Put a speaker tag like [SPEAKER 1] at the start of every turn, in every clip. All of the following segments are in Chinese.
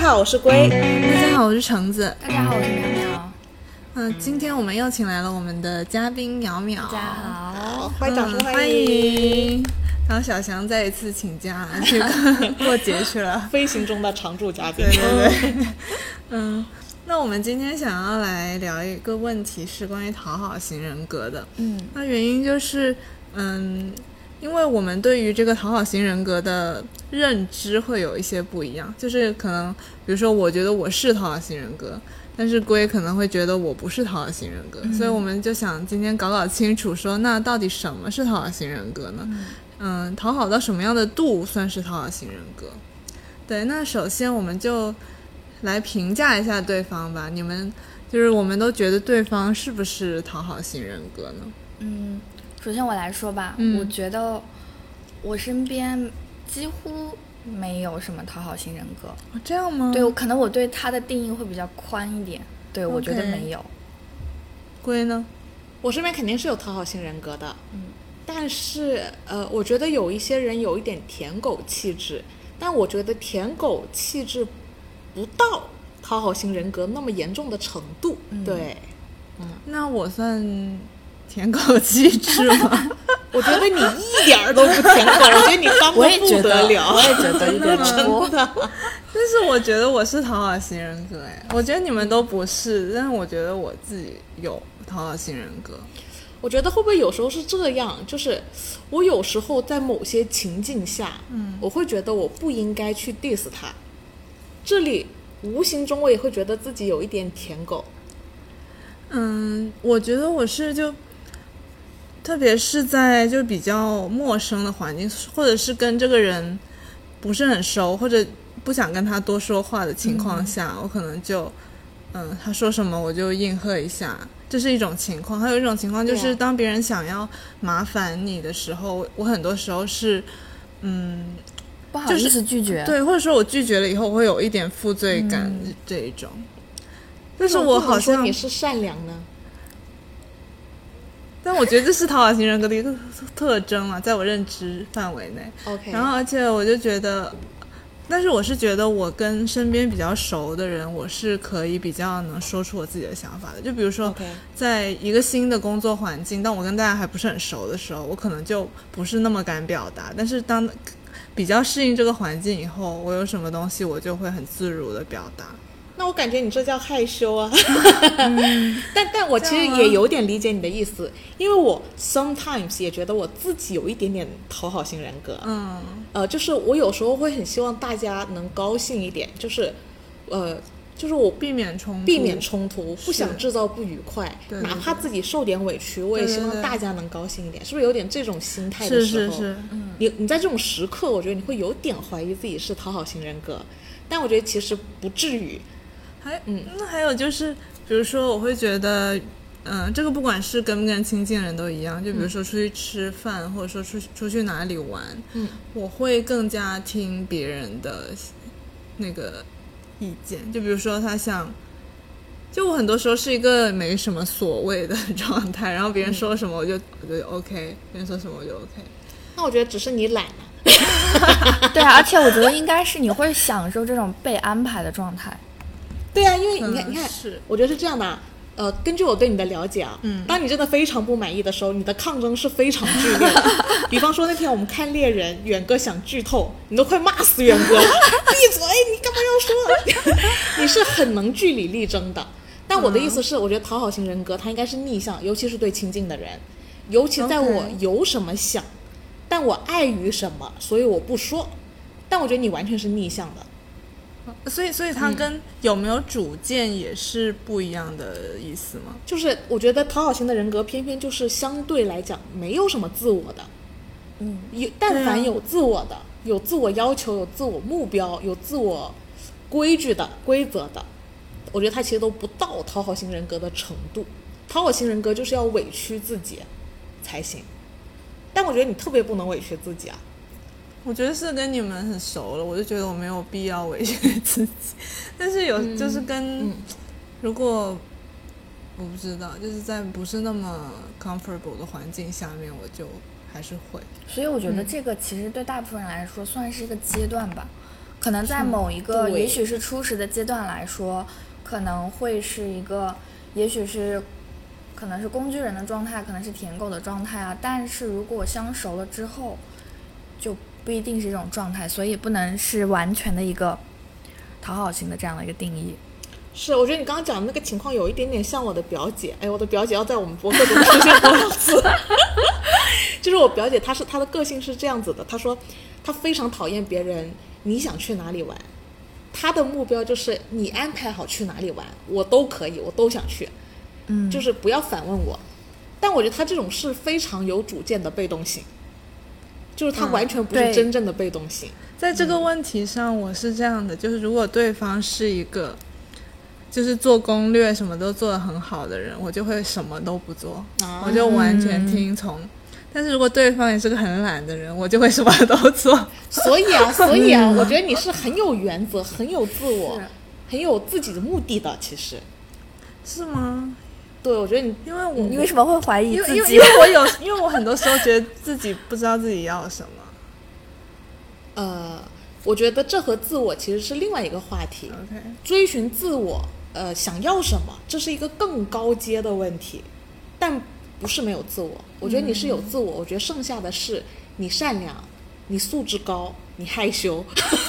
[SPEAKER 1] 好，我是龟。
[SPEAKER 2] 嗯
[SPEAKER 3] 大家好，我是橙子。
[SPEAKER 2] 大家好，我是淼淼。
[SPEAKER 3] 嗯、今天我们又请来了我们的嘉宾淼淼。
[SPEAKER 2] 大家好，
[SPEAKER 1] 欢迎掌声
[SPEAKER 3] 嗯欢迎。然后小翔再一次请假去 过节去了。
[SPEAKER 1] 飞行中的常驻嘉宾
[SPEAKER 3] 对。对对， 嗯，那我们今天想要来聊一个问题，是关于讨好型人格的。
[SPEAKER 2] 嗯，
[SPEAKER 3] 那原因就是，嗯，因为我们对于这个讨好型人格的认知会有一些不一样，就是可能，比如说，我觉得我是讨好型人格，但是龟可能会觉得我不是讨好型人格，所以我们就想今天搞搞清楚说，那到底什么是讨好型人格呢？嗯讨好到什么样的度算是讨好型人格？对，那首先我们就来评价一下对方吧。你们就是我们都觉得对方是不是讨好型人格呢？
[SPEAKER 2] 嗯，首先我来说吧，
[SPEAKER 3] 嗯
[SPEAKER 2] 我觉得我身边几乎没有什么讨好型人格。
[SPEAKER 3] 哦这样吗？
[SPEAKER 2] 对，我可能我对他的定义会比较宽一点。对，我觉得
[SPEAKER 3] OK
[SPEAKER 2] 没有。
[SPEAKER 3] 龟呢？
[SPEAKER 1] 我身边肯定是有讨好型人格的，嗯，但是呃，我觉得有一些人有一点舔狗气质，但我觉得舔狗气质不到讨好型人格那么严重的程度，对。
[SPEAKER 3] 那我算舔狗机制吗？
[SPEAKER 1] 我觉得你一点儿都不舔狗，我觉得你刚
[SPEAKER 2] 我也
[SPEAKER 1] 的
[SPEAKER 2] 觉
[SPEAKER 1] 不
[SPEAKER 2] 得，
[SPEAKER 1] 得
[SPEAKER 2] 我
[SPEAKER 1] 了，
[SPEAKER 2] 也觉得一点 多。
[SPEAKER 3] 但是我觉得我是讨好型人格哎，我觉得你们都不是，但是我觉得我自己有讨好型人格。
[SPEAKER 1] 我觉得会不会有时候是这样，就是我有时候在某些情境下，嗯，我会觉得我不应该去 diss 他，这里无形中我也会觉得自己有一点舔狗，
[SPEAKER 3] 嗯，我觉得我是就，特别是在就比较陌生的环境，或者是跟这个人不是很熟，或者不想跟他多说话的情
[SPEAKER 1] 嗯
[SPEAKER 3] 况下，我可能就，嗯，他说什么我就应和一下，这是一种情况。还有一种情况就
[SPEAKER 1] 对啊
[SPEAKER 3] 是，当别人想要麻烦你的时候，我我很多时候是，嗯，
[SPEAKER 2] 不好意思拒
[SPEAKER 1] 啊
[SPEAKER 2] 绝。
[SPEAKER 3] 对，或者说我拒绝了以后，我会有一点负罪感、这一种。但是我
[SPEAKER 1] 嗯不能
[SPEAKER 3] 好
[SPEAKER 1] 说
[SPEAKER 3] 像
[SPEAKER 1] 你是善良呢，
[SPEAKER 3] 但我觉得这是讨好型人格的一个特征嘛，在我认知范围内。
[SPEAKER 1] OK
[SPEAKER 3] 然后，而且我就觉得，但是我是觉得我跟身边比较熟的人，我是可以比较能说出我自己的想法的。就比如说
[SPEAKER 1] OK
[SPEAKER 3] 在一个新的工作环境，当我跟大家还不是很熟的时候，我可能就不是那么敢表达。但是当比较适应这个环境以后，我有什么东西，我就会很自如的表达。
[SPEAKER 1] 那我感觉你这叫害羞啊，
[SPEAKER 3] 嗯
[SPEAKER 1] 但但我其实也有点理解你的意思，因为我 sometimes 也觉得我自己有一点点讨好型人格，
[SPEAKER 3] 嗯，
[SPEAKER 1] 呃，就是我有时候会很希望大家能高兴一点，就是，呃，就是我
[SPEAKER 3] 避免冲突，
[SPEAKER 1] 避免冲突，不想
[SPEAKER 3] 嗯是
[SPEAKER 1] 制造不愉快，
[SPEAKER 3] 对
[SPEAKER 1] 哪
[SPEAKER 3] 对
[SPEAKER 1] 怕自己受点委屈，我也
[SPEAKER 3] 对对
[SPEAKER 1] 希望
[SPEAKER 3] 对
[SPEAKER 1] 大家能高兴一点，是不是有点这种心态的时
[SPEAKER 3] 是是
[SPEAKER 1] 候？
[SPEAKER 3] 是，嗯
[SPEAKER 1] 你你在这种时刻，我觉得你会有点怀疑自己是讨好型人格，但我觉得其实不至于。
[SPEAKER 3] 还嗯，那还有就是，比如说我会觉得，嗯、这个不管是跟不跟亲近的人都一样，就比如说出去吃饭，或者说出去出去哪里玩，
[SPEAKER 1] 嗯，
[SPEAKER 3] 我会更加听别人的那个意见，就比如说他想。就我很多时候是一个没什么所谓的 状态，然后别人说什么我就、我就 OK，别人说什么我就 OK。
[SPEAKER 1] 那我觉得只是你懒了。
[SPEAKER 2] 对啊，而且我觉得应该是你会享受这种被安排的状态。
[SPEAKER 1] 对啊，因为
[SPEAKER 3] 可
[SPEAKER 1] 你看，
[SPEAKER 3] 能
[SPEAKER 1] 你看，
[SPEAKER 3] 嗯是
[SPEAKER 1] 我觉得是这样的啊。呃，根据我对你的了解啊，
[SPEAKER 3] 嗯
[SPEAKER 1] 当你真的非常不满意的时候，你的抗争是非常剧烈的。 比方说那天我们看猎人，远哥想剧透，你都快骂死远 哥了，闭嘴，你干嘛要说？ 你是很能据理力争的。但我的意思
[SPEAKER 3] 嗯
[SPEAKER 1] 是，我觉得讨好型人格他应该是逆向，尤其是对亲近的人，尤其在
[SPEAKER 3] OK
[SPEAKER 1] 我有什么想但我碍于什么，所以我不说。但我觉得你完全是逆向的，
[SPEAKER 3] 所以，所以他跟有没有主见也是不一样的意思吗？
[SPEAKER 1] 就是我觉得讨好型的人格，偏偏就是相对来讲没有什么自我的，
[SPEAKER 2] 嗯，
[SPEAKER 1] 有但
[SPEAKER 3] 对
[SPEAKER 1] 凡
[SPEAKER 3] 啊
[SPEAKER 1] 有自我的，有自我要求、有自我目标、有自我规矩的规则的，我觉得他其实都不到讨好型人格的程度。讨好型人格就是要委屈自己才行，但我觉得你特别不能委屈自己啊。
[SPEAKER 3] 我觉得是跟你们很熟了，我就觉得我没有必要委屈自己。但是有、就是跟、如果我不知道，就是在不是那么 comfortable 的环境下面，我就还是会。嗯
[SPEAKER 2] 所以我觉得这个其实对大部分人来说算是一个阶段吧，可能在某一个，
[SPEAKER 1] 对
[SPEAKER 2] 也许是初始的阶段来说，可能会是一个，也许是，可能是工具人的状态，可能是舔狗的状态啊。但是如果相熟了之后，就不一定是这种状态，所以不能是完全的一个讨好型的这样的一个定义。
[SPEAKER 1] 是，我觉得你刚刚讲的那个情况有一点点像我的表姐。哎，我的表姐要在我们博客中出现过两次。 就是我表姐，她是她的个性是这样子的，她说她非常讨厌别人，你想去哪里玩，她的目标就是你安排好去哪里玩，我都可以，我都想去。
[SPEAKER 2] 嗯
[SPEAKER 1] 就是不要反问我。但我觉得他这种是非常有主见的被动性，就是他
[SPEAKER 2] 嗯
[SPEAKER 1] 完全不是
[SPEAKER 2] 对
[SPEAKER 1] 真正的被动性。
[SPEAKER 3] 在这个问题上，我是这样的，就是如果对方是一个，就是做攻略什么都做得很好的人，我就会什么都不做，
[SPEAKER 1] 啊
[SPEAKER 3] 我就完全听从。但是如果对方也是个很懒的人，我就会什么都做。
[SPEAKER 1] 所以啊，所以啊，我觉得你是很有原则、很有自我
[SPEAKER 2] 是、
[SPEAKER 1] 很有自己的目的的。其实，
[SPEAKER 3] 是吗？
[SPEAKER 1] 对我觉得你
[SPEAKER 3] 因为我
[SPEAKER 2] 你为什么会怀疑
[SPEAKER 3] 嗯因
[SPEAKER 2] 自
[SPEAKER 3] 为因为
[SPEAKER 2] 己
[SPEAKER 3] 因？为 我有，因为我很多时候觉得自己不知道自己要什么。
[SPEAKER 1] 呃，我觉得这和自我其实是另外一个话题。
[SPEAKER 3] OK，
[SPEAKER 1] 追寻自我，呃，想要什么，这是一个更高阶的问题，但不是没有自我。我觉得你是有自我，我觉得剩下的是你善良，你素质高，你害羞，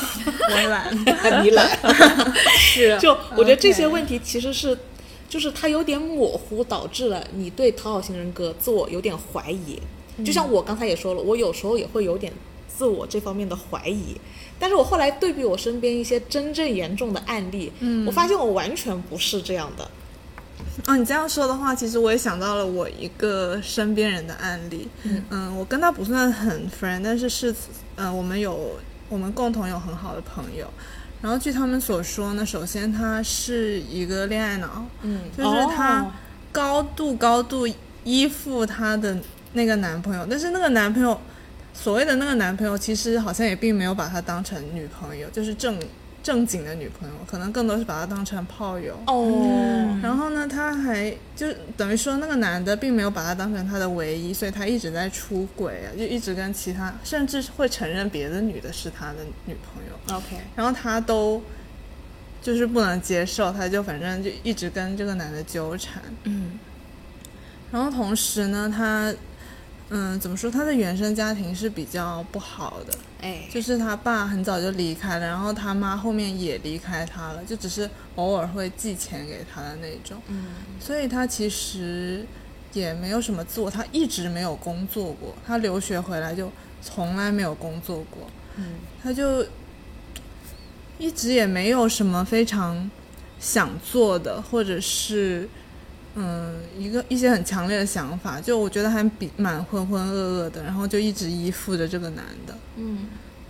[SPEAKER 3] 我懒。
[SPEAKER 1] 你懒，
[SPEAKER 2] 啊
[SPEAKER 3] 啊
[SPEAKER 1] 是。就我觉得这些
[SPEAKER 3] OK
[SPEAKER 1] 问题其实是，就是它有点模糊，导致了你对讨好型人格自我有点怀疑。就像我刚才也说了，我有时候也会有点自我这方面的怀疑，但是我后来对比我身边一些真正严重的案例，嗯，我发现我完全不是这样的。
[SPEAKER 3] 哦，你这样说的话，其实我也想到了我一个身边人的案例。嗯我跟他不算很 friend，但是是，嗯、我们有我们共同有很好的朋友。然后据他们所说呢，首先他是一个恋爱脑，
[SPEAKER 1] 嗯
[SPEAKER 3] 就是他
[SPEAKER 1] 哦
[SPEAKER 3] 高度高度依附他的那个男朋友，但是那个男朋友所谓的那个男朋友，其实好像也并没有把她当成女朋友，就是正正经的女朋友，可能更多是把她当成炮友。
[SPEAKER 1] 哦，
[SPEAKER 3] 然后呢，他还就等于说那个男的并没有把他当成他的唯一，所以他一直在出轨啊，就一直跟其他，甚至会承认别的女的是他的女朋友，
[SPEAKER 1] OK，
[SPEAKER 3] 然后他都就是不能接受，他就反正就一直跟这个男的纠缠。
[SPEAKER 2] 嗯
[SPEAKER 3] 然后同时呢，他嗯，怎么说，他的原生家庭是比较不好的，
[SPEAKER 1] 哎，
[SPEAKER 3] 就是他爸很早就离开了，然后他妈后面也离开他了，就只是偶尔会寄钱给他的那种。
[SPEAKER 1] 嗯，
[SPEAKER 3] 所以他其实也没有什么自我，他一直没有工作过，他留学回来就从来没有工作过，
[SPEAKER 1] 嗯，
[SPEAKER 3] 他就一直也没有什么非常想做的，或者是嗯一个一些很强烈的想法，就我觉得还比蛮浑浑噩噩的，然后就一直依附着这个男的，
[SPEAKER 1] 嗯，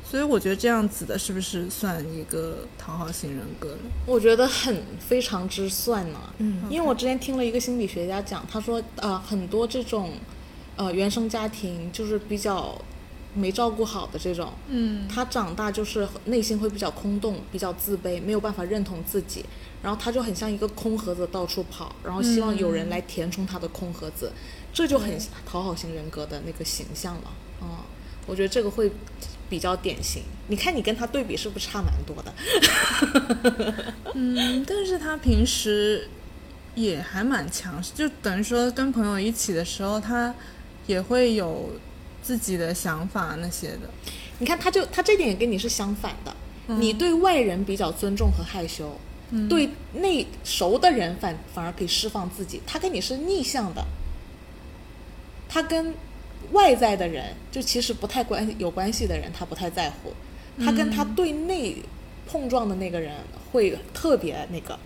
[SPEAKER 3] 所以我觉得这样子的是不是算一个讨好型人格呢？
[SPEAKER 1] 我觉得很非常之算呢。
[SPEAKER 2] 嗯
[SPEAKER 1] 因为我之前听了一个心理学家讲，他说，呃，很多这种，呃，原生家庭就是比较没照顾好的这种，
[SPEAKER 3] 嗯
[SPEAKER 1] 他长大就是内心会比较空洞，比较自卑，没有办法认同自己，然后他就很像一个空盒子到处跑，然后希望有人来填充他的空盒子，这就很讨好型人格的那个形象了。嗯，我觉得这个会比较典型。你看你跟他对比是不是差蛮多的？
[SPEAKER 3] 嗯，但是他平时也还蛮强势，就等于说跟朋友一起的时候，他也会有自己的想法那些的。
[SPEAKER 1] 你看，他就他这点也跟你是相反的，你对外人比较尊重和害羞，对内熟的人反反而可以释放自己，他跟你是逆向的，他跟外在的人就其实不太关有关系的人，他不太在乎，他跟他对内碰撞的那个人会特别那个。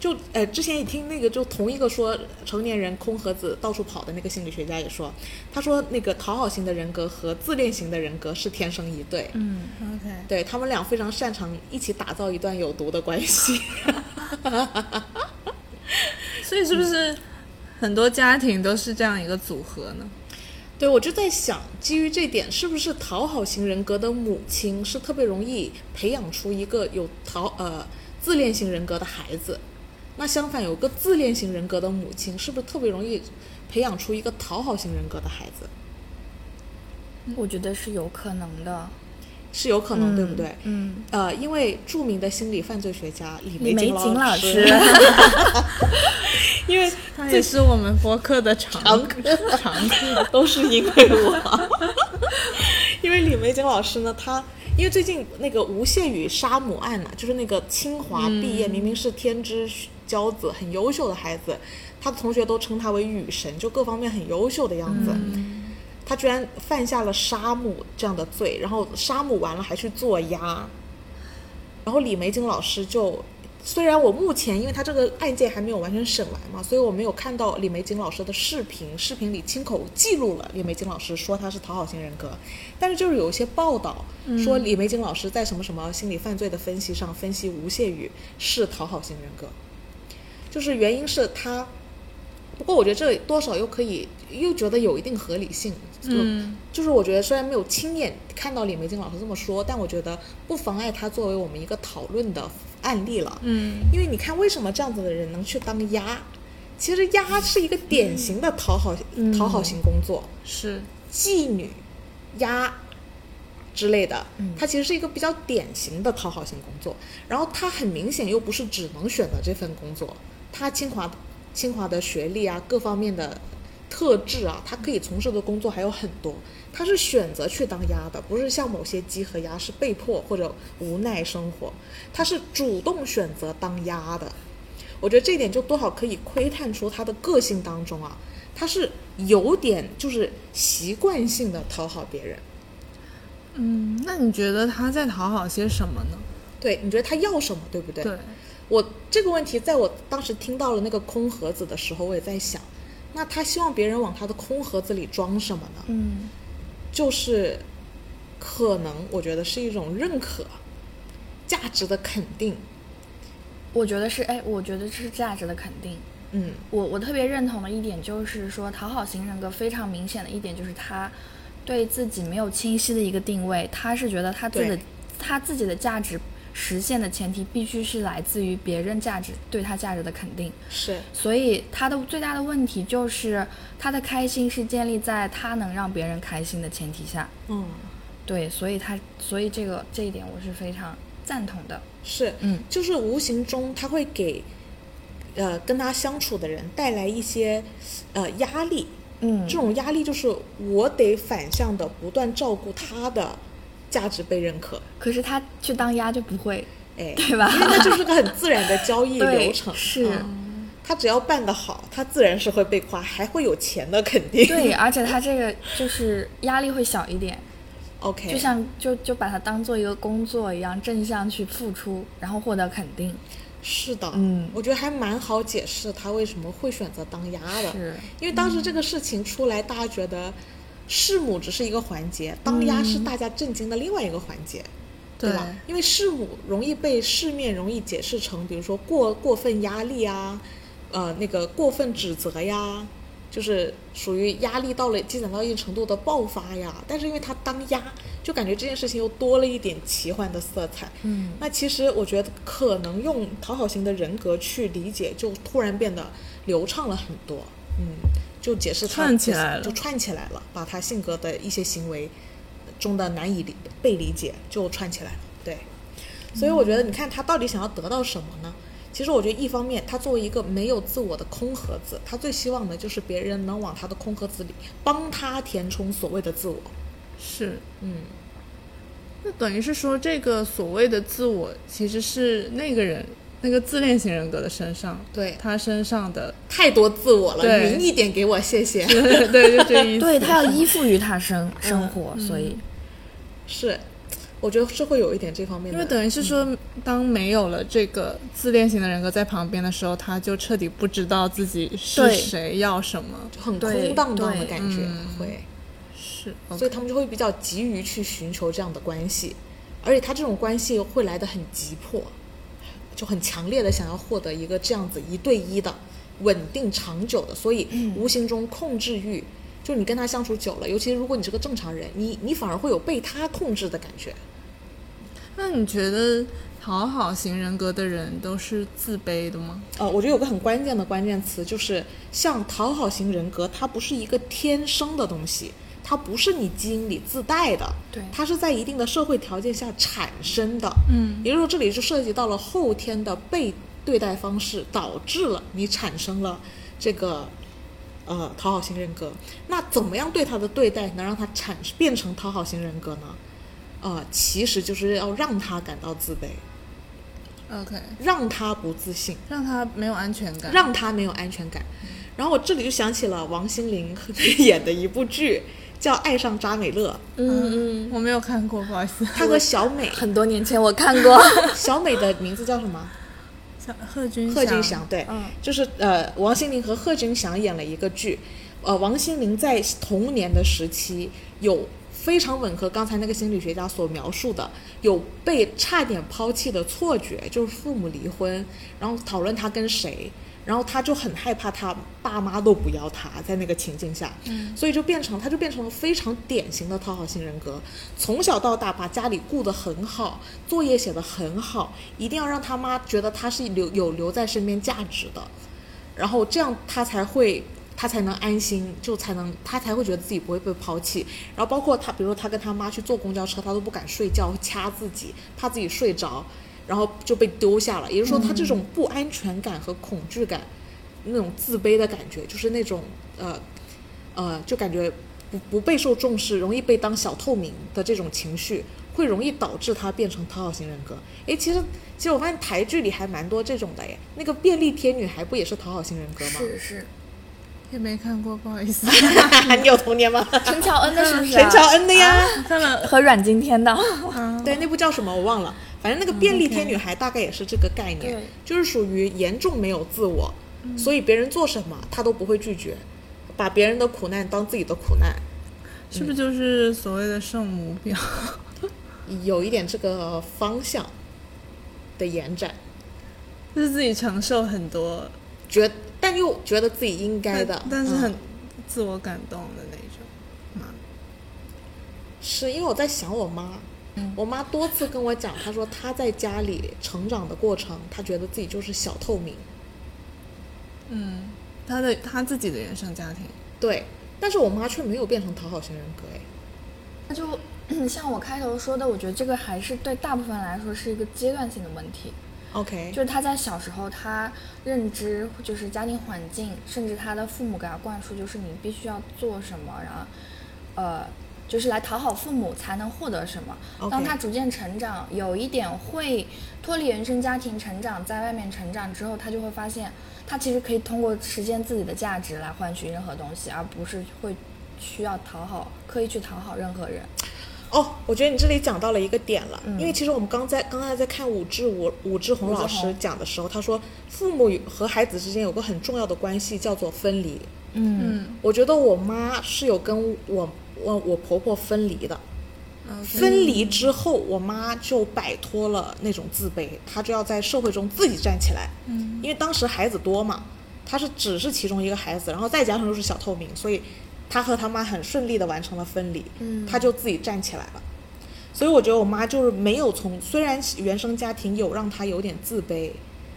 [SPEAKER 1] 就呃，之前也听那个，就同一个说成年人空盒子到处跑的那个心理学家也说，他说那个讨好型的人格和自恋型的人格是天生一对，
[SPEAKER 2] 嗯，
[SPEAKER 3] OK，
[SPEAKER 1] 对他们俩非常擅长一起打造一段有毒的关系。
[SPEAKER 3] 所以是不是很多家庭都是这样一个组合呢？
[SPEAKER 1] 对我就在想，基于这点，是不是讨好型人格的母亲是特别容易培养出一个有讨呃自恋型人格的孩子？那相反，有个自恋型人格的母亲，是不是特别容易培养出一个讨好型人格的孩子？
[SPEAKER 2] 我觉得是有可能的。
[SPEAKER 1] 是有可能，对不对？
[SPEAKER 2] 嗯，
[SPEAKER 1] 呃，因为著名的心理犯罪学家李梅
[SPEAKER 2] 李梅瑾老
[SPEAKER 1] 师，
[SPEAKER 2] 师
[SPEAKER 1] 因为
[SPEAKER 3] 他也是我们播客的常
[SPEAKER 1] 常
[SPEAKER 3] 客常客。
[SPEAKER 1] 都是因为我， 因为李玫瑾老师呢，她因为最近那个吴谢宇杀母案嘛、就是那个清华毕业、明明是天之骄子，很优秀的孩子，他的同学都称他为雨神，就各方面很优秀的样子。他居然犯下了杀母这样的罪，然后杀母完了还去做鸭，然后李玫瑾老师就，虽然我目前因为他这个案件还没有完全审完嘛，所以我没有看到李玫瑾老师的视频，视频里亲口记录了李玫瑾老师说他是讨好型人格，但是就是有一些报道说李玫瑾老师在什么什么心理犯罪的分析上分析吴谢宇是讨好型人格，就是原因是他。不过我觉得这多少又可以，又觉得有一定合理性。就、
[SPEAKER 3] 嗯
[SPEAKER 1] 就是我觉得虽然没有亲眼看到李玫瑾老师这么说，但我觉得不妨碍他作为我们一个讨论的案例了。
[SPEAKER 3] 嗯，
[SPEAKER 1] 因为你看，为什么这样子的人能去当鸭？其实鸭是一个典型的讨好、讨好型工作，
[SPEAKER 3] 是，
[SPEAKER 1] 妓女、鸭之类的，它其实是一个比较典型的讨好型工作。然后它很明显又不是只能选择这份工作，它清华清华的学历啊，各方面的特质啊，它可以从事的工作还有很多。它是选择去当鸭的，不是像某些鸡和鸭是被迫或者无奈生活，它是主动选择当鸭的。我觉得这一点就多少可以窥探出他的个性当中啊，他是有点就是习惯性的讨好别人。
[SPEAKER 3] 嗯，那你觉得他在讨好些什么呢？
[SPEAKER 1] 对，你觉得他要什么，对不对？
[SPEAKER 3] 对，
[SPEAKER 1] 我这个问题，在我当时听到了那个空盒子的时候，我也在想，那他希望别人往他的空盒子里装什么呢？
[SPEAKER 2] 嗯
[SPEAKER 1] 就是可能我觉得是一种认可、价值的肯定。
[SPEAKER 2] 我觉得是，哎，我觉得是价值的肯定。
[SPEAKER 1] 嗯
[SPEAKER 2] 我我特别认同的一点就是说，讨好型人格非常明显的一点就是他对自己没有清晰的一个定位，他是觉得他自己的
[SPEAKER 1] 对
[SPEAKER 2] 他自己的价值实现的前提必须是来自于别人价值对他价值的肯定，
[SPEAKER 1] 是
[SPEAKER 2] 所以他的最大的问题就是他的开心是建立在他能让别人开心的前提下，
[SPEAKER 1] 嗯，
[SPEAKER 2] 对，所以他所以这个这一点我是非常赞同的，
[SPEAKER 1] 是，
[SPEAKER 2] 嗯
[SPEAKER 1] 就是无形中他会给，呃，跟他相处的人带来一些，呃，压力。
[SPEAKER 2] 嗯
[SPEAKER 1] 这种压力就是我得反向的不断照顾他的价值被认可，
[SPEAKER 2] 可是他去当鸭就不会，
[SPEAKER 1] 哎，
[SPEAKER 2] 对吧
[SPEAKER 1] 因为那就是个很自然的交易流
[SPEAKER 2] 对，
[SPEAKER 1] 程，嗯
[SPEAKER 2] 是。
[SPEAKER 1] 他只要办得好，他自然是会被夸，还会有钱的肯定。
[SPEAKER 2] 对，而且他这个就是压力会小一点，
[SPEAKER 1] ，OK，
[SPEAKER 2] 就像就就把它当做一个工作一样，正向去付出，然后获得肯定。
[SPEAKER 1] 是的，
[SPEAKER 2] 嗯
[SPEAKER 1] 我觉得还蛮好解释他为什么会选择当鸭的，
[SPEAKER 2] 是
[SPEAKER 1] 因为当时这个事情出来，大家觉得弑母只是一个环节，当鸭是大家震惊的另外一个环节，对吧？因为弑母容易被市面容易解释成，比如说过过分压力啊，呃，那个过分指责呀。就是属于压力到了积攒到一定程度的爆发呀，但是因为他当鸭，就感觉这件事情又多了一点奇幻的色彩。
[SPEAKER 2] 嗯，
[SPEAKER 1] 那其实我觉得可能用讨好型的人格去理解，就突然变得流畅了很多。嗯，就解释它
[SPEAKER 3] 串起来了
[SPEAKER 1] 就串起来了，把他性格的一些行为中的难以理被理解就串起来了。对，所以我觉得你看他到底想要得到什么呢？其实我觉得一方面，他作为一个没有自我的空盒子，他最希望的就是别人能往他的空盒子里帮他填充所谓的自我。
[SPEAKER 3] 是。
[SPEAKER 1] 嗯，
[SPEAKER 3] 那等于是说，这个所谓的自我，其实是那个人那个自恋型人格的身上，
[SPEAKER 1] 对
[SPEAKER 3] 他身上的，
[SPEAKER 1] 太多自我了，
[SPEAKER 3] 对
[SPEAKER 1] 匀一点给我，谢谢。
[SPEAKER 3] 对，就这意思。
[SPEAKER 2] 对他要依附于他生
[SPEAKER 1] 嗯
[SPEAKER 2] 生活，所以
[SPEAKER 1] 是，我觉得是会有一点这方面
[SPEAKER 3] 因
[SPEAKER 1] 的，
[SPEAKER 3] 为等于是说，
[SPEAKER 2] 嗯
[SPEAKER 3] 当没有了这个自恋型的人格在旁边的时候，他就彻底不知道自己是
[SPEAKER 2] 对
[SPEAKER 3] 谁要什么。
[SPEAKER 1] 很
[SPEAKER 2] 对
[SPEAKER 1] 空荡荡的
[SPEAKER 2] 对
[SPEAKER 1] 感觉
[SPEAKER 3] 嗯
[SPEAKER 1] 会，
[SPEAKER 3] 是
[SPEAKER 1] 所以
[SPEAKER 3] ，OK，
[SPEAKER 1] 他们就会比较急于去寻求这样的关系，而且他这种关系会来的很急迫，就很强烈的想要获得一个这样子一对一的稳定长久的，所以无形中控制欲。就你跟他相处久了，尤其如果你是个正常人，你你反而会有被他控制的感觉。
[SPEAKER 3] 那你觉得讨好型人格的人都是自卑的吗？
[SPEAKER 1] 呃，我觉得有个很关键的关键词就是，像讨好型人格，它不是一个天生的东西，它不是你基因里自带的，
[SPEAKER 2] 对
[SPEAKER 1] 它是在一定的社会条件下产生的。
[SPEAKER 3] 嗯，
[SPEAKER 1] 也就是说，这里就涉及到了后天的被对待方式，导致了你产生了这个呃讨好型人格。那怎么样对他的对待能让他产变成讨好型人格呢？呃，其实就是要让他感到自卑，
[SPEAKER 3] ，OK，
[SPEAKER 1] 让他不自信，
[SPEAKER 3] 让他没有安全感，
[SPEAKER 1] 让他没有安全感。然后我这里就想起了王心凌 演的一部剧，叫《爱上扎美乐》，
[SPEAKER 3] 嗯嗯，我没有看过，不好意思。
[SPEAKER 1] 她和小美，
[SPEAKER 2] 很多年前我看过，
[SPEAKER 1] 小美的名字叫什么？
[SPEAKER 3] 像贺军
[SPEAKER 1] 贺军翔，对，
[SPEAKER 2] 嗯
[SPEAKER 1] 就是呃，王心凌和贺军翔演了一个剧，呃，王心凌在童年的时期有非常吻合刚才那个心理学家所描述的，有被差点抛弃的错觉，就是父母离婚，然后讨论他跟谁。然后他就很害怕，他爸妈都不要他，在那个情境下，嗯、所以就变成他就变成了非常典型的讨好型人格，从小到大把家里顾得很好，作业写得很好，一定要让他妈觉得他是留有留在身边价值的，然后这样他才会。他才能安心，就才能他才会觉得自己不会被抛弃。然后包括他，比如说他跟他妈去坐公交车，他都不敢睡觉，掐自己，怕自己睡着，然后就被丢下了。也就是说，他这种不安全感和恐惧感，那种自卑的感觉，就是那种呃呃，就感觉不不备受重视，容易被当小透明的这种情绪，会容易导致他变成讨好型人格。诶，其实其实我发现台剧里还蛮多这种的诶，那个便利贴女孩不也是讨好型人格吗？
[SPEAKER 2] 是是，
[SPEAKER 3] 也没看过，不好意思。
[SPEAKER 1] 你有童年吗？
[SPEAKER 2] 陈乔恩的 是不是、啊？
[SPEAKER 1] 陈乔恩嗯的呀，
[SPEAKER 3] 看了，
[SPEAKER 2] 和阮经天的，
[SPEAKER 3] 啊，
[SPEAKER 1] 对，那部叫什么我忘了，反正那个便利贴女孩大概也是这个概念，
[SPEAKER 2] 嗯对嗯
[SPEAKER 1] 就是属于严重没有自我，所以别人做什么她都不会拒绝，把别人的苦难当自己的苦难，
[SPEAKER 3] 是不是就是所谓的圣母婊？
[SPEAKER 1] 有一点这个方向的延展，
[SPEAKER 3] 就是自己承受很多，
[SPEAKER 1] 觉但又觉得自己应该的，
[SPEAKER 3] 但但是
[SPEAKER 1] 嗯
[SPEAKER 3] 很自我感动的那种。嘛
[SPEAKER 1] 是因为我在想我妈，我妈多次跟我讲，她说她在家里成长的过程，她觉得自己就是小透明，
[SPEAKER 3] 嗯，他的他自己的原生家庭，
[SPEAKER 1] 对，但是我妈却没有变成讨好型人格，哎，
[SPEAKER 2] 那就 像我开头说的，我觉得这个还是对大部分来说是一个阶段性的问题。
[SPEAKER 1] OK，
[SPEAKER 2] 就是他在小时候，他认知就是家庭环境，甚至他的父母给他灌输，就是你必须要做什么，然后，呃，就是来讨好父母才能获得什么。
[SPEAKER 1] OK
[SPEAKER 2] 当他逐渐成长，有一点会脱离原生家庭成长，在外面成长之后，他就会发现，他其实可以通过实现自己的价值来换取任何东西，而不是会需要讨好，刻意去讨好任何人。
[SPEAKER 1] 哦，我觉得你这里讲到了一个点了，
[SPEAKER 2] 嗯
[SPEAKER 1] 因为其实我们刚在刚才在看武志武武志红
[SPEAKER 2] 武志
[SPEAKER 1] 老师
[SPEAKER 2] 红
[SPEAKER 1] 讲的时候，他说父母与和孩子之间有个很重要的关系叫做分离。
[SPEAKER 2] 嗯
[SPEAKER 3] 嗯，
[SPEAKER 1] 我觉得我妈是有跟我我我婆婆分离的，
[SPEAKER 3] 嗯
[SPEAKER 1] 分离之后，我妈就摆脱了那种自卑，她就要在社会中自己站起来。
[SPEAKER 3] 嗯，
[SPEAKER 1] 因为当时孩子多嘛，她是只是其中一个孩子，然后再加上又是小透明，所以她和她妈很顺利的完成了分离。
[SPEAKER 2] 嗯
[SPEAKER 1] 她就自己站起来了。所以我觉得我妈就是没有从，虽然原生家庭有让她有点自卑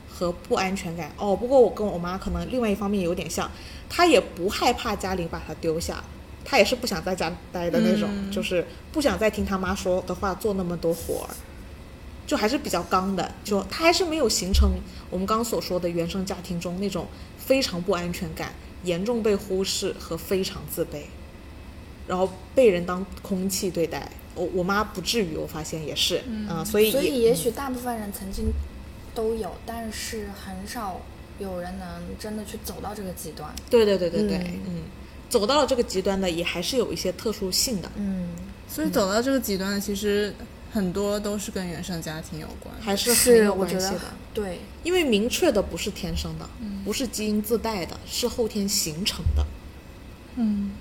[SPEAKER 1] 和不安全感哦，不过我跟我妈可能另外一方面有点像，她也不害怕家里把她丢下，她也是不想在家待的那种，就是不想再听她妈说的话，做那么多活儿，就还是比较刚的，
[SPEAKER 2] 嗯
[SPEAKER 1] 就她还是没有形成我们刚刚所说的原生家庭中那种非常不安全感、严重被忽视和非常自卑。然后被人当空气对待。我我妈不至于，我发现也是，嗯、所以
[SPEAKER 2] 所
[SPEAKER 1] 也
[SPEAKER 2] 以也许大部分人曾经都有，但是很少有人能真的去走到这个极端。
[SPEAKER 1] 对对对对对，
[SPEAKER 2] 嗯
[SPEAKER 1] 嗯走到了这个极端的也还是有一些特殊性的，
[SPEAKER 2] 嗯，
[SPEAKER 3] 所以走到这个极端的，其实很多都是跟原生家庭有关。
[SPEAKER 1] 还是很
[SPEAKER 2] 是
[SPEAKER 1] 有
[SPEAKER 2] 我
[SPEAKER 1] 关
[SPEAKER 2] 觉
[SPEAKER 1] 系
[SPEAKER 2] 得
[SPEAKER 1] 的。
[SPEAKER 2] 对，
[SPEAKER 1] 因为明确的不是天生的，
[SPEAKER 2] 嗯
[SPEAKER 1] 不是基因自带的，是后天形成的。
[SPEAKER 3] 嗯，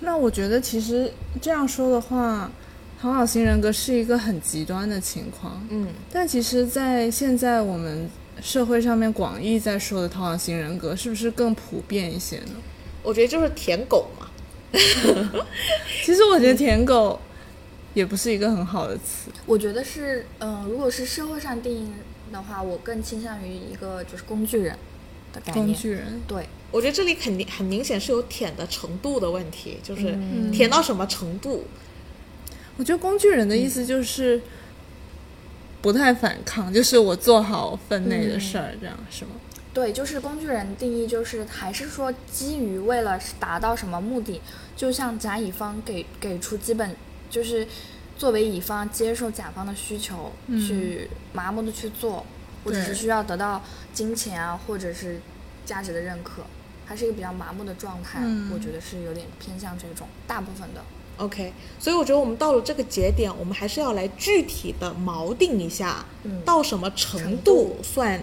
[SPEAKER 3] 那我觉得其实这样说的话，讨好型人格是一个很极端的情况。
[SPEAKER 1] 嗯，
[SPEAKER 3] 但其实，在现在我们社会上面广义在说的讨好型人格，是不是更普遍一些呢？
[SPEAKER 1] 我觉得就是舔狗嘛，
[SPEAKER 3] 其实我觉得舔狗也不是一个很好的词。
[SPEAKER 2] 我觉得是，嗯、如果是社会上定义的话，我更倾向于一个就是工具人。的概
[SPEAKER 3] 工
[SPEAKER 2] 念。
[SPEAKER 3] 具人，
[SPEAKER 2] 对，
[SPEAKER 1] 我觉得这里肯定很明显是有舔的程度的问题，就是
[SPEAKER 2] 嗯
[SPEAKER 1] 舔到什么程度。
[SPEAKER 3] 我觉得工具人的意思就是不太反抗，就是我做好分内的事儿，这样是吗？
[SPEAKER 2] 对，就是工具人定义，就是还是说基于为了达到什么目的，就像甲乙方给给出基本，就是作为乙方接受甲方的需求，去麻木的去做，我只
[SPEAKER 3] 对
[SPEAKER 2] 是需要得到金钱啊，或者是价值的认可，还是一个比较麻木的状态，
[SPEAKER 3] 嗯
[SPEAKER 2] 我觉得是有点偏向这种大部分的。
[SPEAKER 1] OK，所以我觉得我们到了这个节点，我们还是要来具体的锚定一下，
[SPEAKER 2] 嗯
[SPEAKER 1] 到什么程
[SPEAKER 2] 程
[SPEAKER 1] 度
[SPEAKER 2] 度
[SPEAKER 1] 算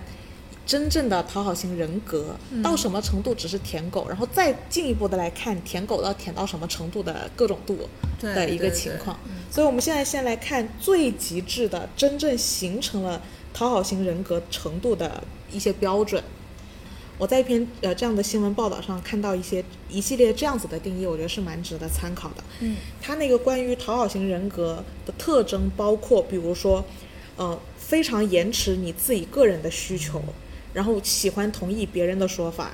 [SPEAKER 1] 真正的讨好型人格，到什么程度只是舔狗，然后再进一步的来看舔狗要舔到什么程度的各种度
[SPEAKER 3] 对
[SPEAKER 1] 的一个
[SPEAKER 3] 对
[SPEAKER 1] 情
[SPEAKER 3] 对
[SPEAKER 1] 况。所以我们现在先来看最极致的，真正形成了讨好型人格程度的一些标准。我在一篇呃这样的新闻报道上看到一些一系列这样子的定义，我觉得是蛮值得参考的。
[SPEAKER 2] 嗯，
[SPEAKER 1] 它那个关于讨好型人格的特征包括，比如说，呃，非常延迟你自己个人的需求，然后喜欢同意别人的说法，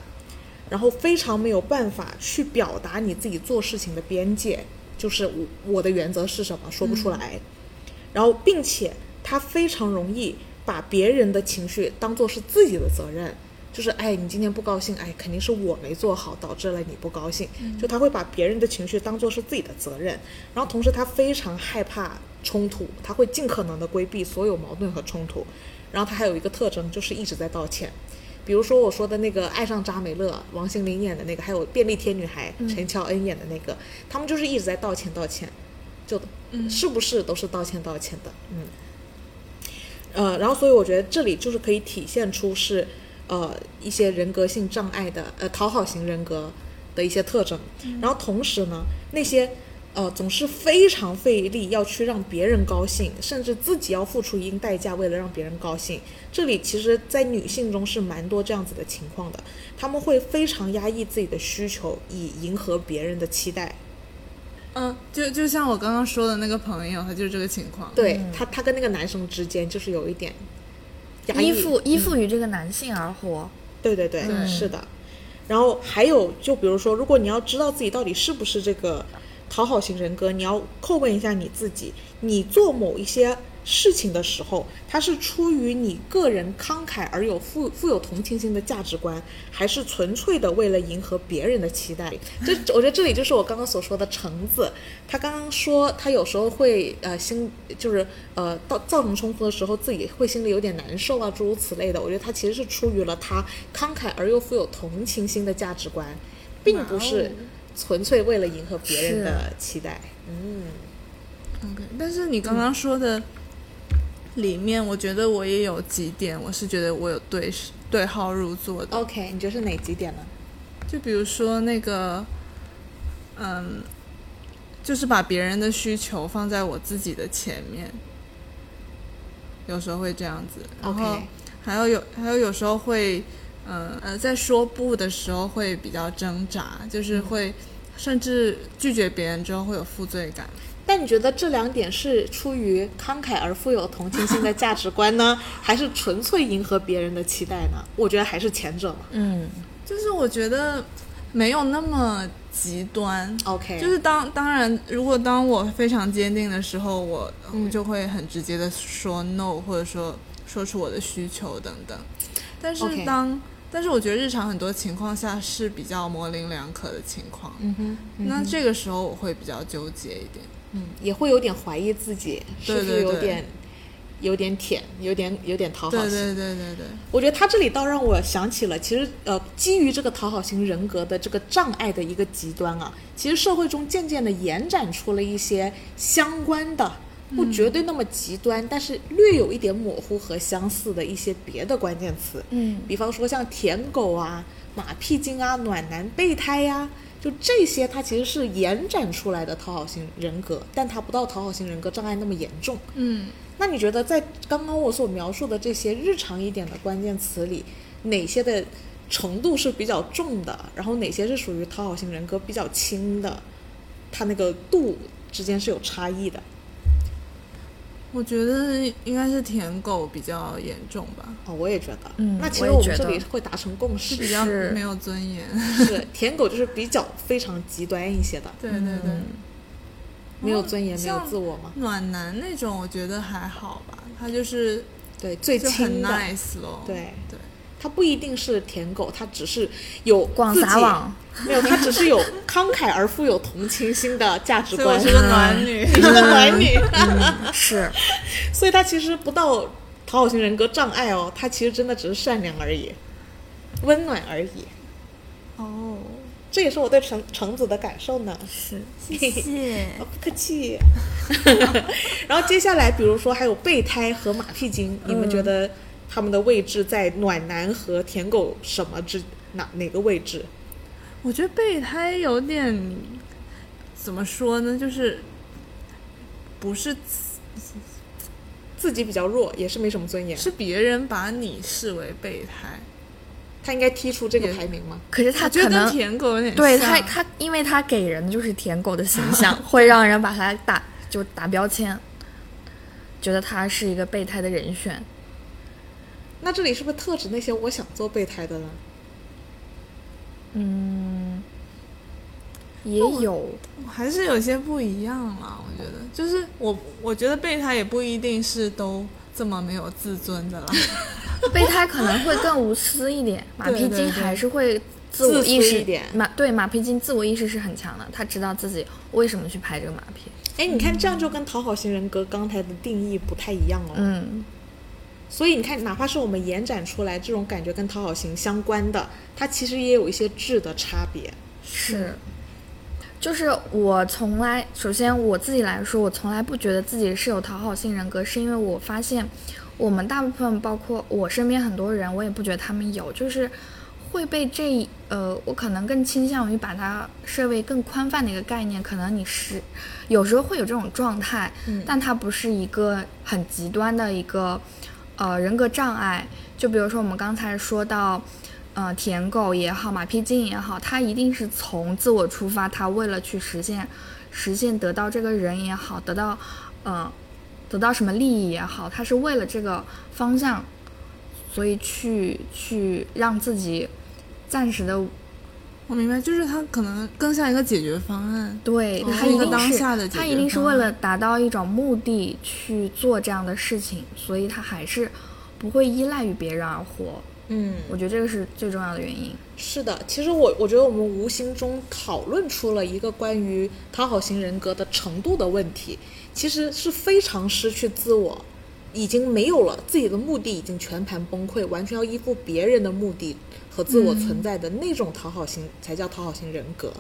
[SPEAKER 1] 然后非常没有办法去表达你自己做事情的边界，就是我我的原则是什么说不出来，然后并且他非常容易把别人的情绪当做是自己的责任，就是哎你今天不高兴，哎肯定是我没做好导致了你不高兴，就他会把别人的情绪当做是自己的责任，然后同时他非常害怕冲突，他会尽可能的规避所有矛盾和冲突，然后他还有一个特征就是一直在道歉。比如说我说的那个《爱上扎梅勒》，王心凌演的那个，还有《便利贴女孩》陈乔恩演的那个，他们就是一直在道歉道歉，就、是不是都是道歉道歉的，嗯，呃，然后所以我觉得这里就是可以体现出是呃一些人格性障碍的呃讨好型人格的一些特征，然后同时呢那些。呃，总是非常费力要去让别人高兴，甚至自己要付出一定代价，为了让别人高兴。这里其实，在女性中是蛮多这样子的情况的，她们会非常压抑自己的需求，以迎合别人的期待。
[SPEAKER 3] 嗯，就就像我刚刚说的那个朋友，他就是这个情况。，
[SPEAKER 1] 对她，她跟那个男生之间就是有一点压抑
[SPEAKER 2] 依附嗯依附于这个男性而活，
[SPEAKER 1] 对对对，是的。然后还有，就比如说，如果你要知道自己到底是不是这个讨好型人格，你要叩问一下你自己，你做某一些事情的时候，它是出于你个人慷慨而有富富有同情心的价值观，还是纯粹的为了迎合别人的期待？这我觉得这里就是我刚刚所说的橙子，他刚刚说他有时候会呃心就是呃到造成冲突的时候，自己会心里有点难受啊，诸如此类的。我觉得他其实是出于了他慷慨而又富有同情心的价值观，并不是纯粹为了迎合别人的期待。
[SPEAKER 3] OK，但是你刚刚说的里面，我觉得我也有几点，我是觉得我有对对号入座的。
[SPEAKER 1] OK，你觉得是哪几点呢？
[SPEAKER 3] 就比如说那个，嗯，就是把别人的需求放在我自己的前面，有时候会这样子。然后
[SPEAKER 1] OK
[SPEAKER 3] 还有有还有有时候会，嗯呃，在说不的时候会比较挣扎，就是会甚至拒绝别人之后会有负罪感。
[SPEAKER 1] 但你觉得这两点是出于慷慨而富有同情心的价值观 呢，还是纯粹迎合别人的期待呢？我觉得还是前者嘛。
[SPEAKER 2] 嗯，
[SPEAKER 3] 就是我觉得没有那么极端。
[SPEAKER 1] OK，
[SPEAKER 3] 就是当当然，如果当我非常坚定的时候，我
[SPEAKER 1] 嗯
[SPEAKER 3] 就会很直接的说 no，或者说说出我的需求等等。但是
[SPEAKER 1] OK
[SPEAKER 3] 当但是我觉得日常很多情况下是比较模棱两可的情况，
[SPEAKER 1] 嗯哼，
[SPEAKER 3] 那这个时候我会比较纠结一点。
[SPEAKER 1] 嗯，也会有点怀疑自己是不
[SPEAKER 3] 对
[SPEAKER 1] 是
[SPEAKER 3] 对
[SPEAKER 1] 有
[SPEAKER 3] 对
[SPEAKER 1] 点有点舔，有点有点讨好
[SPEAKER 3] 对
[SPEAKER 1] 型。
[SPEAKER 3] 对对对对，
[SPEAKER 1] 我觉得他这里倒让我想起了，其实呃，基于这个讨好型人格的这个障碍的一个极端啊，其实社会中渐渐的延展出了一些相关的。不绝对那么极端，但是略有一点模糊和相似的一些别的关键词，
[SPEAKER 2] 嗯
[SPEAKER 1] 比方说像舔狗啊、马屁精啊、暖男备胎呀、就这些，它其实是延展出来的讨好型人格，但它不到讨好型人格障碍那么严重。
[SPEAKER 3] 嗯，
[SPEAKER 1] 那你觉得在刚刚我所描述的这些日常一点的关键词里，哪些的程度是比较重的？然后哪些是属于讨好型人格比较轻的？它那个度之间是有差异的。
[SPEAKER 3] 我觉得应该是舔狗比较严重吧，
[SPEAKER 1] 哦，我也觉得，
[SPEAKER 2] 嗯
[SPEAKER 1] 那其实
[SPEAKER 2] 我也
[SPEAKER 1] 我们
[SPEAKER 2] 觉
[SPEAKER 1] 这
[SPEAKER 2] 得
[SPEAKER 1] 里会达成共识，
[SPEAKER 3] 比较
[SPEAKER 2] 是
[SPEAKER 3] 没有尊严。
[SPEAKER 1] 是舔狗就是比较非常极端一些的，
[SPEAKER 3] 对对对，
[SPEAKER 1] 嗯没有尊严，没有
[SPEAKER 3] 像
[SPEAKER 1] 自我嘛。
[SPEAKER 3] 暖男那种我觉得还好吧，他就是
[SPEAKER 1] 对，最
[SPEAKER 3] 就
[SPEAKER 1] 亲
[SPEAKER 3] 很
[SPEAKER 1] 的，
[SPEAKER 3] nice 咯。
[SPEAKER 1] 对
[SPEAKER 3] 对，
[SPEAKER 1] 他不一定是舔狗，他只是有
[SPEAKER 2] 广
[SPEAKER 1] 自己
[SPEAKER 2] 撒网，
[SPEAKER 1] 没有，他只是有慷慨而富有同情心的价值
[SPEAKER 3] 所以我
[SPEAKER 1] 观。
[SPEAKER 3] 是个暖女。
[SPEAKER 1] 你是个暖女，
[SPEAKER 2] 是
[SPEAKER 1] 所以他其实不到讨好型人格障碍哦，他其实真的只是善良而已，温暖而已。
[SPEAKER 3] 哦，
[SPEAKER 1] 这也是我对橙橙子的感受呢。
[SPEAKER 2] 是，
[SPEAKER 1] 谢
[SPEAKER 2] 谢。
[SPEAKER 1] 啊，不客气。然后接下来，比如说还有备胎和马屁精，你们觉得他们的位置在暖男和舔狗什么之哪哪个位置？
[SPEAKER 3] 我觉得备胎有点怎么说呢，就是不是自
[SPEAKER 1] 自己比较弱，也是没什么尊严，
[SPEAKER 3] 是别人把你视为备胎，
[SPEAKER 1] 他应该踢出这个
[SPEAKER 3] 也
[SPEAKER 1] 排名吗？
[SPEAKER 2] 可是
[SPEAKER 3] 我
[SPEAKER 2] 他
[SPEAKER 3] 觉
[SPEAKER 2] 可
[SPEAKER 3] 得跟
[SPEAKER 2] 能
[SPEAKER 3] 舔狗有点
[SPEAKER 2] 对
[SPEAKER 3] 像
[SPEAKER 2] 他，他因为他给人的就是舔狗的形象，会让人把他打就打标签，觉得他是一个备胎的人选。
[SPEAKER 1] 那这里是不是特指那些我想做备胎的呢？
[SPEAKER 2] 嗯，也
[SPEAKER 3] 那我
[SPEAKER 2] 有，
[SPEAKER 3] 还是有些不一样啦。我觉得，就是我我觉得备胎也不一定是都这么没有自尊的啦。
[SPEAKER 2] 备胎可能会更无私一点，马
[SPEAKER 3] 对
[SPEAKER 2] 屁
[SPEAKER 3] 对
[SPEAKER 2] 精
[SPEAKER 3] 对
[SPEAKER 2] 还是会自我
[SPEAKER 1] 自
[SPEAKER 2] 意
[SPEAKER 1] 私
[SPEAKER 2] 识
[SPEAKER 1] 一点
[SPEAKER 2] 马对马屁精自我意识是很强的，他知道自己为什么去拍这个马屁。
[SPEAKER 1] 哎，你看这样就跟讨好型人格刚才的定义不太一样哦。
[SPEAKER 2] 嗯，
[SPEAKER 1] 所以你看，哪怕是我们延展出来这种感觉跟讨好型相关的，它其实也有一些质的差别。
[SPEAKER 2] 是，就是我从来，首先我自己来说，我从来不觉得自己是有讨好性人格，是因为我发现我们大部分，包括我身边很多人，我也不觉得他们有，就是会被这一呃，我可能更倾向于把它设为更宽泛的一个概念，可能你是有时候会有这种状态，但它不是一个很极端的一个呃人格障碍。就比如说我们刚才说到，呃，舔狗也好，马屁精也好，他一定是从自我出发，他为了去实现实现得到这个人也好，得到呃得到什么利益也好，他是为了这个方向，所以去去让自己暂时的
[SPEAKER 3] 我明白，就是他可能更像一个解决方案。
[SPEAKER 2] 对
[SPEAKER 3] 哦
[SPEAKER 2] 他
[SPEAKER 3] 是一
[SPEAKER 2] 一
[SPEAKER 3] 个
[SPEAKER 2] 定
[SPEAKER 3] 当
[SPEAKER 2] 是
[SPEAKER 3] 下的解
[SPEAKER 2] 他
[SPEAKER 3] 决
[SPEAKER 2] 一定是
[SPEAKER 3] 方
[SPEAKER 2] 为
[SPEAKER 3] 案
[SPEAKER 2] 了达到一种目的去做这样的事情，所以他还是不会依赖于别人而活。
[SPEAKER 1] 嗯，
[SPEAKER 2] 我觉得这个是最重要的原因。
[SPEAKER 1] 是的，其实我我觉得我们无形中讨论出了一个关于讨好型人格的程度的问题，其实是非常失去自我，已经没有了自己的目的，已经全盘崩溃，完全要依附别人的目的和自我存在的那种讨好型、才叫讨好型人格。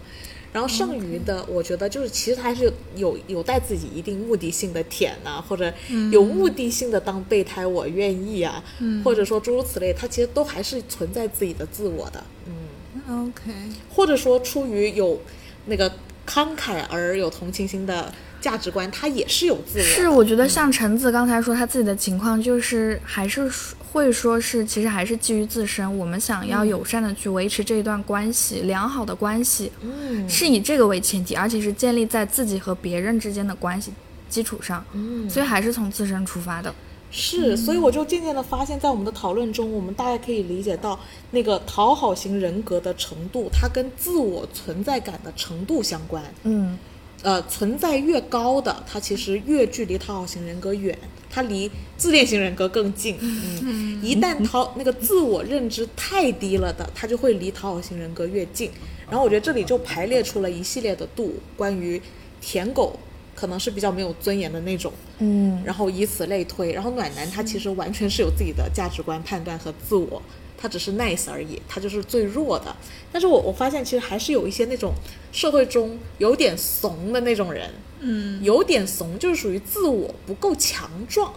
[SPEAKER 1] 然后剩余的，我觉得就是其实还是有有有带自己一定目的性的舔呐、或者有目的性的当备胎，我愿意啊，或者说诸如此类，它其实都还是存在自己的自我的，嗯，
[SPEAKER 3] OK，
[SPEAKER 1] 或者说出于有那个慷慨而有同情心的价值观，它也是有自我的，
[SPEAKER 2] 是，我觉得像橙子刚才说他自己的情况，就是还是说会说是，其实还是基于自身，我们想要友善的去维持这一段关系，良好的关系，
[SPEAKER 1] 嗯
[SPEAKER 2] 是以这个为前提，而且是建立在自己和别人之间的关系基础上，
[SPEAKER 1] 嗯
[SPEAKER 2] 所以还是从自身出发的。
[SPEAKER 1] 是，所以我就渐渐的发现，在我们的讨论中，我们大概可以理解到那个讨好型人格的程度，它跟自我存在感的程度相关。
[SPEAKER 2] 嗯，
[SPEAKER 1] 呃，存在越高的，它其实越距离讨好型人格远，它离自恋型人格更近。嗯，一旦讨那个自我认知太低了的，它就会离讨好型人格越近。然后我觉得这里就排列出了一系列的度，关于舔狗可能是比较没有尊严的那种，
[SPEAKER 2] 嗯，
[SPEAKER 1] 然后以此类推。然后暖男他其实完全是有自己的价值观、判断和自我，他只是 nice 而已，他就是最弱的。但是我我发现其实还是有一些那种社会中有点怂的那种人，
[SPEAKER 3] 嗯，
[SPEAKER 1] 有点怂就是属于自我不够强壮，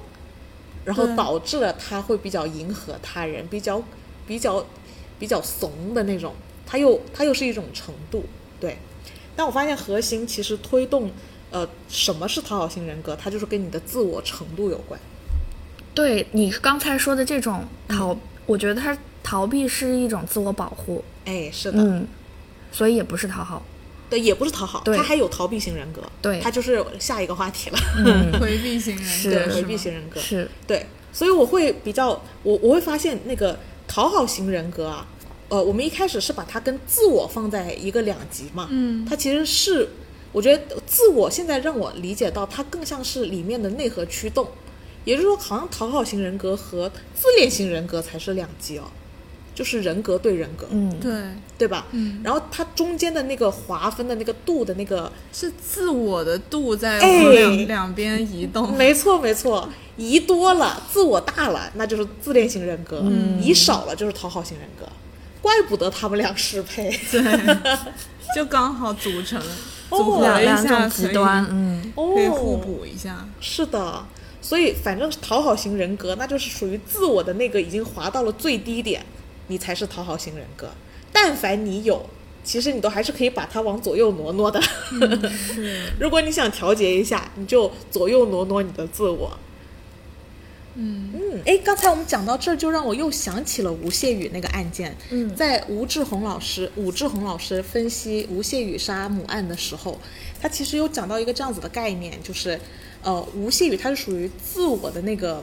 [SPEAKER 1] 然后
[SPEAKER 3] 对
[SPEAKER 1] 导致了他会比较迎合他人，比较比较比较怂的那种，他又他又是一种程度，对。但我发现核心其实推动，呃，什么是讨好型人格？它就是跟你的自我程度有关。
[SPEAKER 2] 对你刚才说的这种逃，我觉得他逃避是一种自我保护，嗯
[SPEAKER 1] 哎，是的，
[SPEAKER 2] 嗯，所以也不是讨好。
[SPEAKER 1] 对，也不是讨好，
[SPEAKER 2] 对
[SPEAKER 1] 他还有逃避型人格，
[SPEAKER 2] 对
[SPEAKER 1] 他就是下一个话题了，
[SPEAKER 3] 回避型人
[SPEAKER 2] 是
[SPEAKER 3] 格，
[SPEAKER 1] 回避
[SPEAKER 3] 吗
[SPEAKER 1] 型人格，
[SPEAKER 2] 是
[SPEAKER 1] 对，所以我会比较，我我会发现那个讨好型人格啊，呃，我们一开始是把它跟自我放在一个两极嘛，
[SPEAKER 3] 嗯
[SPEAKER 1] 它其实是，我觉得自我现在让我理解到，它更像是里面的内核驱动，也就是说，好像讨好型人格和自恋型人格才是两极哦，就是人格对人格，
[SPEAKER 2] 嗯，
[SPEAKER 3] 对，
[SPEAKER 1] 对吧？
[SPEAKER 3] 嗯
[SPEAKER 1] 然后它中间的那个划分的那个度的那个
[SPEAKER 3] 是自我的度在
[SPEAKER 1] 哎
[SPEAKER 3] 往两、两边移 动，
[SPEAKER 1] 没错，没错，疑多了，自我大了，那就是自恋型人格；
[SPEAKER 3] 嗯
[SPEAKER 1] 疑、少了，就是讨好型人格。怪不得他们俩适配。
[SPEAKER 3] 就刚好组成
[SPEAKER 1] 哦
[SPEAKER 3] 组合
[SPEAKER 2] 两
[SPEAKER 3] 一
[SPEAKER 2] 两
[SPEAKER 3] 下
[SPEAKER 2] 种
[SPEAKER 3] 可
[SPEAKER 2] 极
[SPEAKER 3] 以
[SPEAKER 2] 端，嗯，
[SPEAKER 1] 哦
[SPEAKER 3] 可以互补一下。
[SPEAKER 1] 是的，所以反正讨好型人格，那就是属于自我的那个已经滑到了最低点，你才是讨好型人格。但凡你有，其实你都还是可以把它往左右挪挪的。
[SPEAKER 3] 嗯
[SPEAKER 1] 如果你想调节一下，你就左右挪挪你的自我。
[SPEAKER 3] 嗯，
[SPEAKER 1] 嗯，哎，刚才我们讲到这儿，就让我又想起了吴谢宇那个案件。
[SPEAKER 2] 嗯
[SPEAKER 1] 在吴志红老师、武志红老师分析吴谢宇杀母案的时候，他其实有讲到一个这样子的概念，就是，呃，吴谢宇他是属于自我的那个，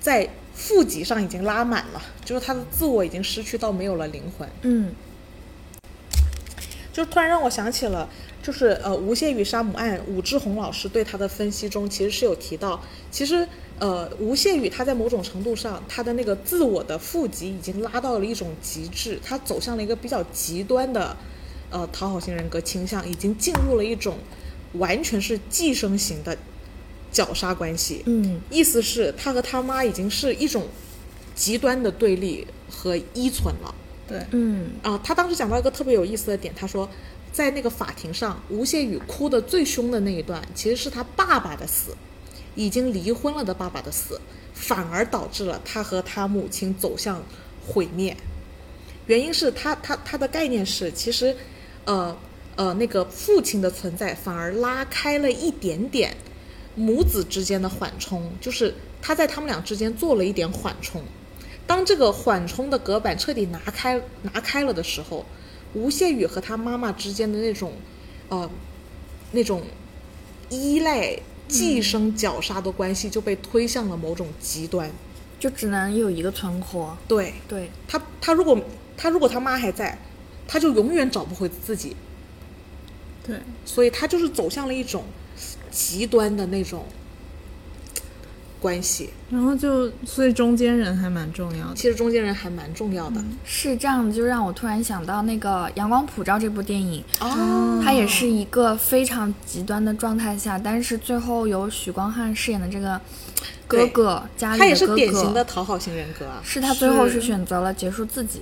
[SPEAKER 1] 在负极上已经拉满了，就是他的自我已经失去到没有了灵魂。
[SPEAKER 2] 嗯
[SPEAKER 1] 就突然让我想起了，就是呃《吴谢宇杀母案》，武志红老师对他的分析中其实是有提到，其实呃吴谢宇他在某种程度上，他的那个自我的负极已经拉到了一种极致，他走向了一个比较极端的呃讨好型人格倾呃向，已经进入了一种完全是寄生型的绞杀关系。
[SPEAKER 2] 嗯
[SPEAKER 1] 意思是他和他妈已经是一种极端的对立和依存了。
[SPEAKER 3] 对，
[SPEAKER 2] 嗯
[SPEAKER 1] 啊、他当时讲到一个特别有意思的点，他说，在那个法庭上，吴谢宇哭得最凶的那一段，其实是他爸爸的死，已经离婚了的爸爸的死，反而导致了他和他母亲走向毁灭。原因是他他他的概念是，其实，呃呃，那个父亲的存在反而拉开了一点点母子之间的缓冲，就是他在他们俩之间做了一点缓冲。当这个缓冲的隔板彻底拿开拿开了的时候，吴谢宇和他妈妈之间的那种，呃，那种依赖、寄生、绞杀的关系就被推向了某种极端。
[SPEAKER 2] 就只能有一个存活，
[SPEAKER 1] 对，
[SPEAKER 2] 对，
[SPEAKER 1] 他他如果他如果他妈还在，他就永远找不回自己，
[SPEAKER 3] 对，
[SPEAKER 1] 所以他就是走向了一种极端的那种关系。
[SPEAKER 3] 然后就所以中间人还蛮重要的。
[SPEAKER 1] 其实中间人还蛮重要的、
[SPEAKER 2] 是这样的，就让我突然想到那个《阳光普照》这部电影，
[SPEAKER 1] 哦
[SPEAKER 2] 它也是一个非常极端的状态下，但是最后由许光汉饰演的这个哥
[SPEAKER 1] 对
[SPEAKER 2] 哥，家里
[SPEAKER 1] 他也
[SPEAKER 2] 的
[SPEAKER 1] 是
[SPEAKER 2] 哥哥，
[SPEAKER 1] 典型的讨好型人格啊。
[SPEAKER 2] 是他最后
[SPEAKER 3] 是
[SPEAKER 2] 是选择了结束自己，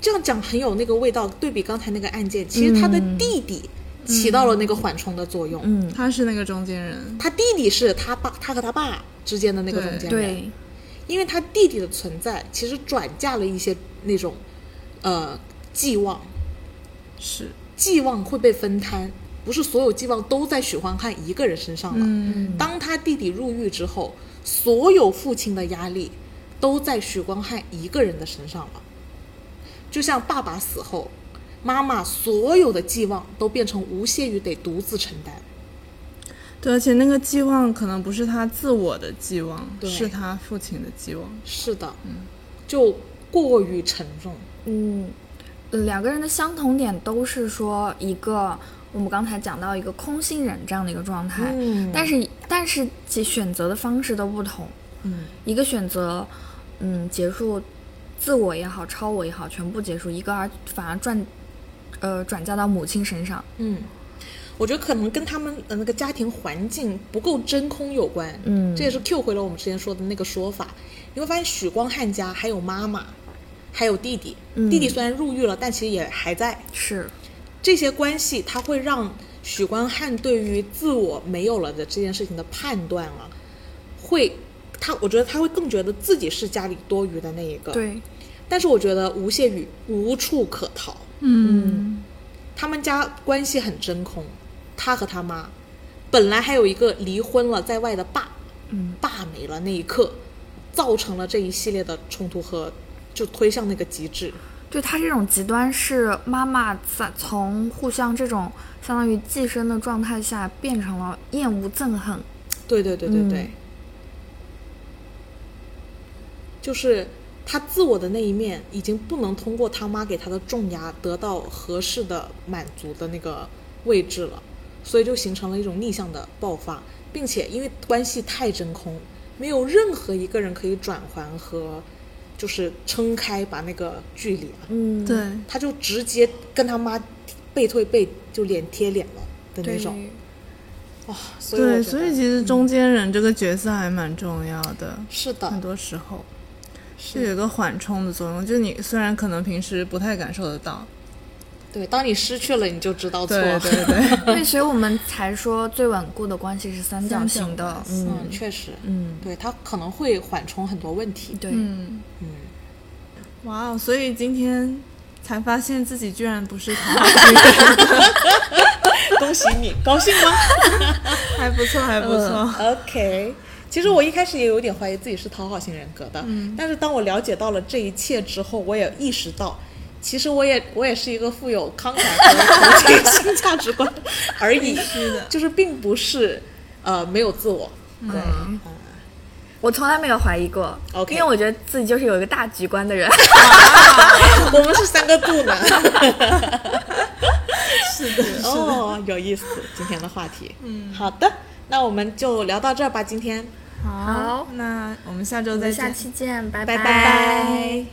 [SPEAKER 1] 这样讲很有那个味道。对比刚才那个案件，其实他的弟弟起到了那个缓冲的作用。
[SPEAKER 2] 嗯，
[SPEAKER 3] 他是那个中间人，
[SPEAKER 1] 他弟弟是他爸，他和他爸之间的那个中间人，
[SPEAKER 2] 对，
[SPEAKER 1] 因为他弟弟的存在，其实转嫁了一些那种，呃，寄望，
[SPEAKER 3] 是，
[SPEAKER 1] 寄望会被分摊，不是所有寄望都在许光汉一个人身上了。
[SPEAKER 3] 嗯，
[SPEAKER 1] 当他弟弟入狱之后，所有父亲的压力都在许光汉一个人的身上了。就像爸爸死后，妈妈所有的寄望都变成吴谢宇得独自承担。
[SPEAKER 3] 对，而且那个寄望可能不是他自我的寄望，
[SPEAKER 1] 对
[SPEAKER 3] 是他父亲的寄望。
[SPEAKER 1] 是的，就过于沉重。
[SPEAKER 2] 嗯，两个人的相同点都是说一个。我们刚才讲到一个空性人这样的一个状态，
[SPEAKER 1] 嗯
[SPEAKER 2] 但是但是其选择的方式都不同，
[SPEAKER 1] 嗯，
[SPEAKER 2] 一个选择，嗯，结束自我也好，超我也好，全部结束；一个而反而转，呃，转嫁到母亲身上。
[SPEAKER 1] 嗯，我觉得可能跟他们呃那个家庭环境不够真空有关。
[SPEAKER 2] 嗯
[SPEAKER 1] 这也是 Q 回了我们之前说的那个说法。你会发现许光汉家还有妈妈，还有弟弟。
[SPEAKER 2] 嗯
[SPEAKER 1] 弟弟虽然入狱了，但其实也还在。
[SPEAKER 2] 是，
[SPEAKER 1] 这些关系，它会让许光汉对于自我没有了的这件事情的判断啊，会他我觉得他会更觉得自己是家里多余的那一个。。
[SPEAKER 2] 对，
[SPEAKER 1] 但是我觉得吴谢宇无处可逃。
[SPEAKER 3] 嗯，
[SPEAKER 1] 他们家关系很真空，他和他妈，本来还有一个离婚了在外的爸，
[SPEAKER 2] 嗯，
[SPEAKER 1] 爸没了那一刻，造成了这一系列的冲突和就推向那个极致。
[SPEAKER 2] 对他这种极端是妈妈在从互相这种相当于寄生的状态下变成了厌恶憎恨，
[SPEAKER 1] 对对对对对，
[SPEAKER 3] 嗯
[SPEAKER 1] 就是他自我的那一面已经不能通过他妈给他的重压得到合适的满足的那个位置了，所以就形成了一种逆向的爆发，并且因为关系太真空，没有任何一个人可以转还和就是撑开把那个距离啊，
[SPEAKER 2] 嗯，
[SPEAKER 3] 对，
[SPEAKER 1] 他就直接跟他妈背对背就脸贴脸了的那种哇、所以我
[SPEAKER 3] 对，
[SPEAKER 1] 觉
[SPEAKER 3] 所
[SPEAKER 1] 得
[SPEAKER 3] 以其实中间人这个角色还蛮重要的，
[SPEAKER 1] 是的
[SPEAKER 3] 很，多时候
[SPEAKER 1] 是
[SPEAKER 3] 是有一个缓冲的作用，就你虽然可能平时不太感受得到，
[SPEAKER 1] 对，当你失去了，你就知道错。
[SPEAKER 3] 对 对对，
[SPEAKER 2] 对，所以我们才说最稳固的关系是三角
[SPEAKER 3] 三角
[SPEAKER 2] 形的
[SPEAKER 3] 关，系
[SPEAKER 2] 嗯，
[SPEAKER 1] 嗯，确实，
[SPEAKER 2] 嗯，
[SPEAKER 1] 对，它可能会缓冲很多问题。
[SPEAKER 2] 对，
[SPEAKER 3] 嗯，
[SPEAKER 1] 嗯，
[SPEAKER 3] 哇哦，所以今天才发现自己居然不是讨好型人格，
[SPEAKER 1] 恭喜你，高兴吗
[SPEAKER 3] 还不错，还不错，
[SPEAKER 1] 呃？OK。其实我一开始也有点怀疑自己是讨好型人格的，嗯、但是当我了解到了这一切之后，我也意识到，其实我也我也是一个富有慷慨和同情心 价值观而已，
[SPEAKER 3] 是的
[SPEAKER 1] 就是并不是呃没有自我。对，嗯
[SPEAKER 2] 我从来没有怀疑过
[SPEAKER 1] OK
[SPEAKER 2] 因为我觉得自己就是有一个大局观的人，
[SPEAKER 1] 我们是三个度呢。
[SPEAKER 3] 是的，是的，
[SPEAKER 1] 哦，有意思，今天的话题。嗯，好的，那我们就聊到这儿吧，今天，
[SPEAKER 3] 好，那我们下周
[SPEAKER 2] 我
[SPEAKER 3] 再
[SPEAKER 2] 们
[SPEAKER 3] 见
[SPEAKER 2] 下。期见，拜
[SPEAKER 1] 拜拜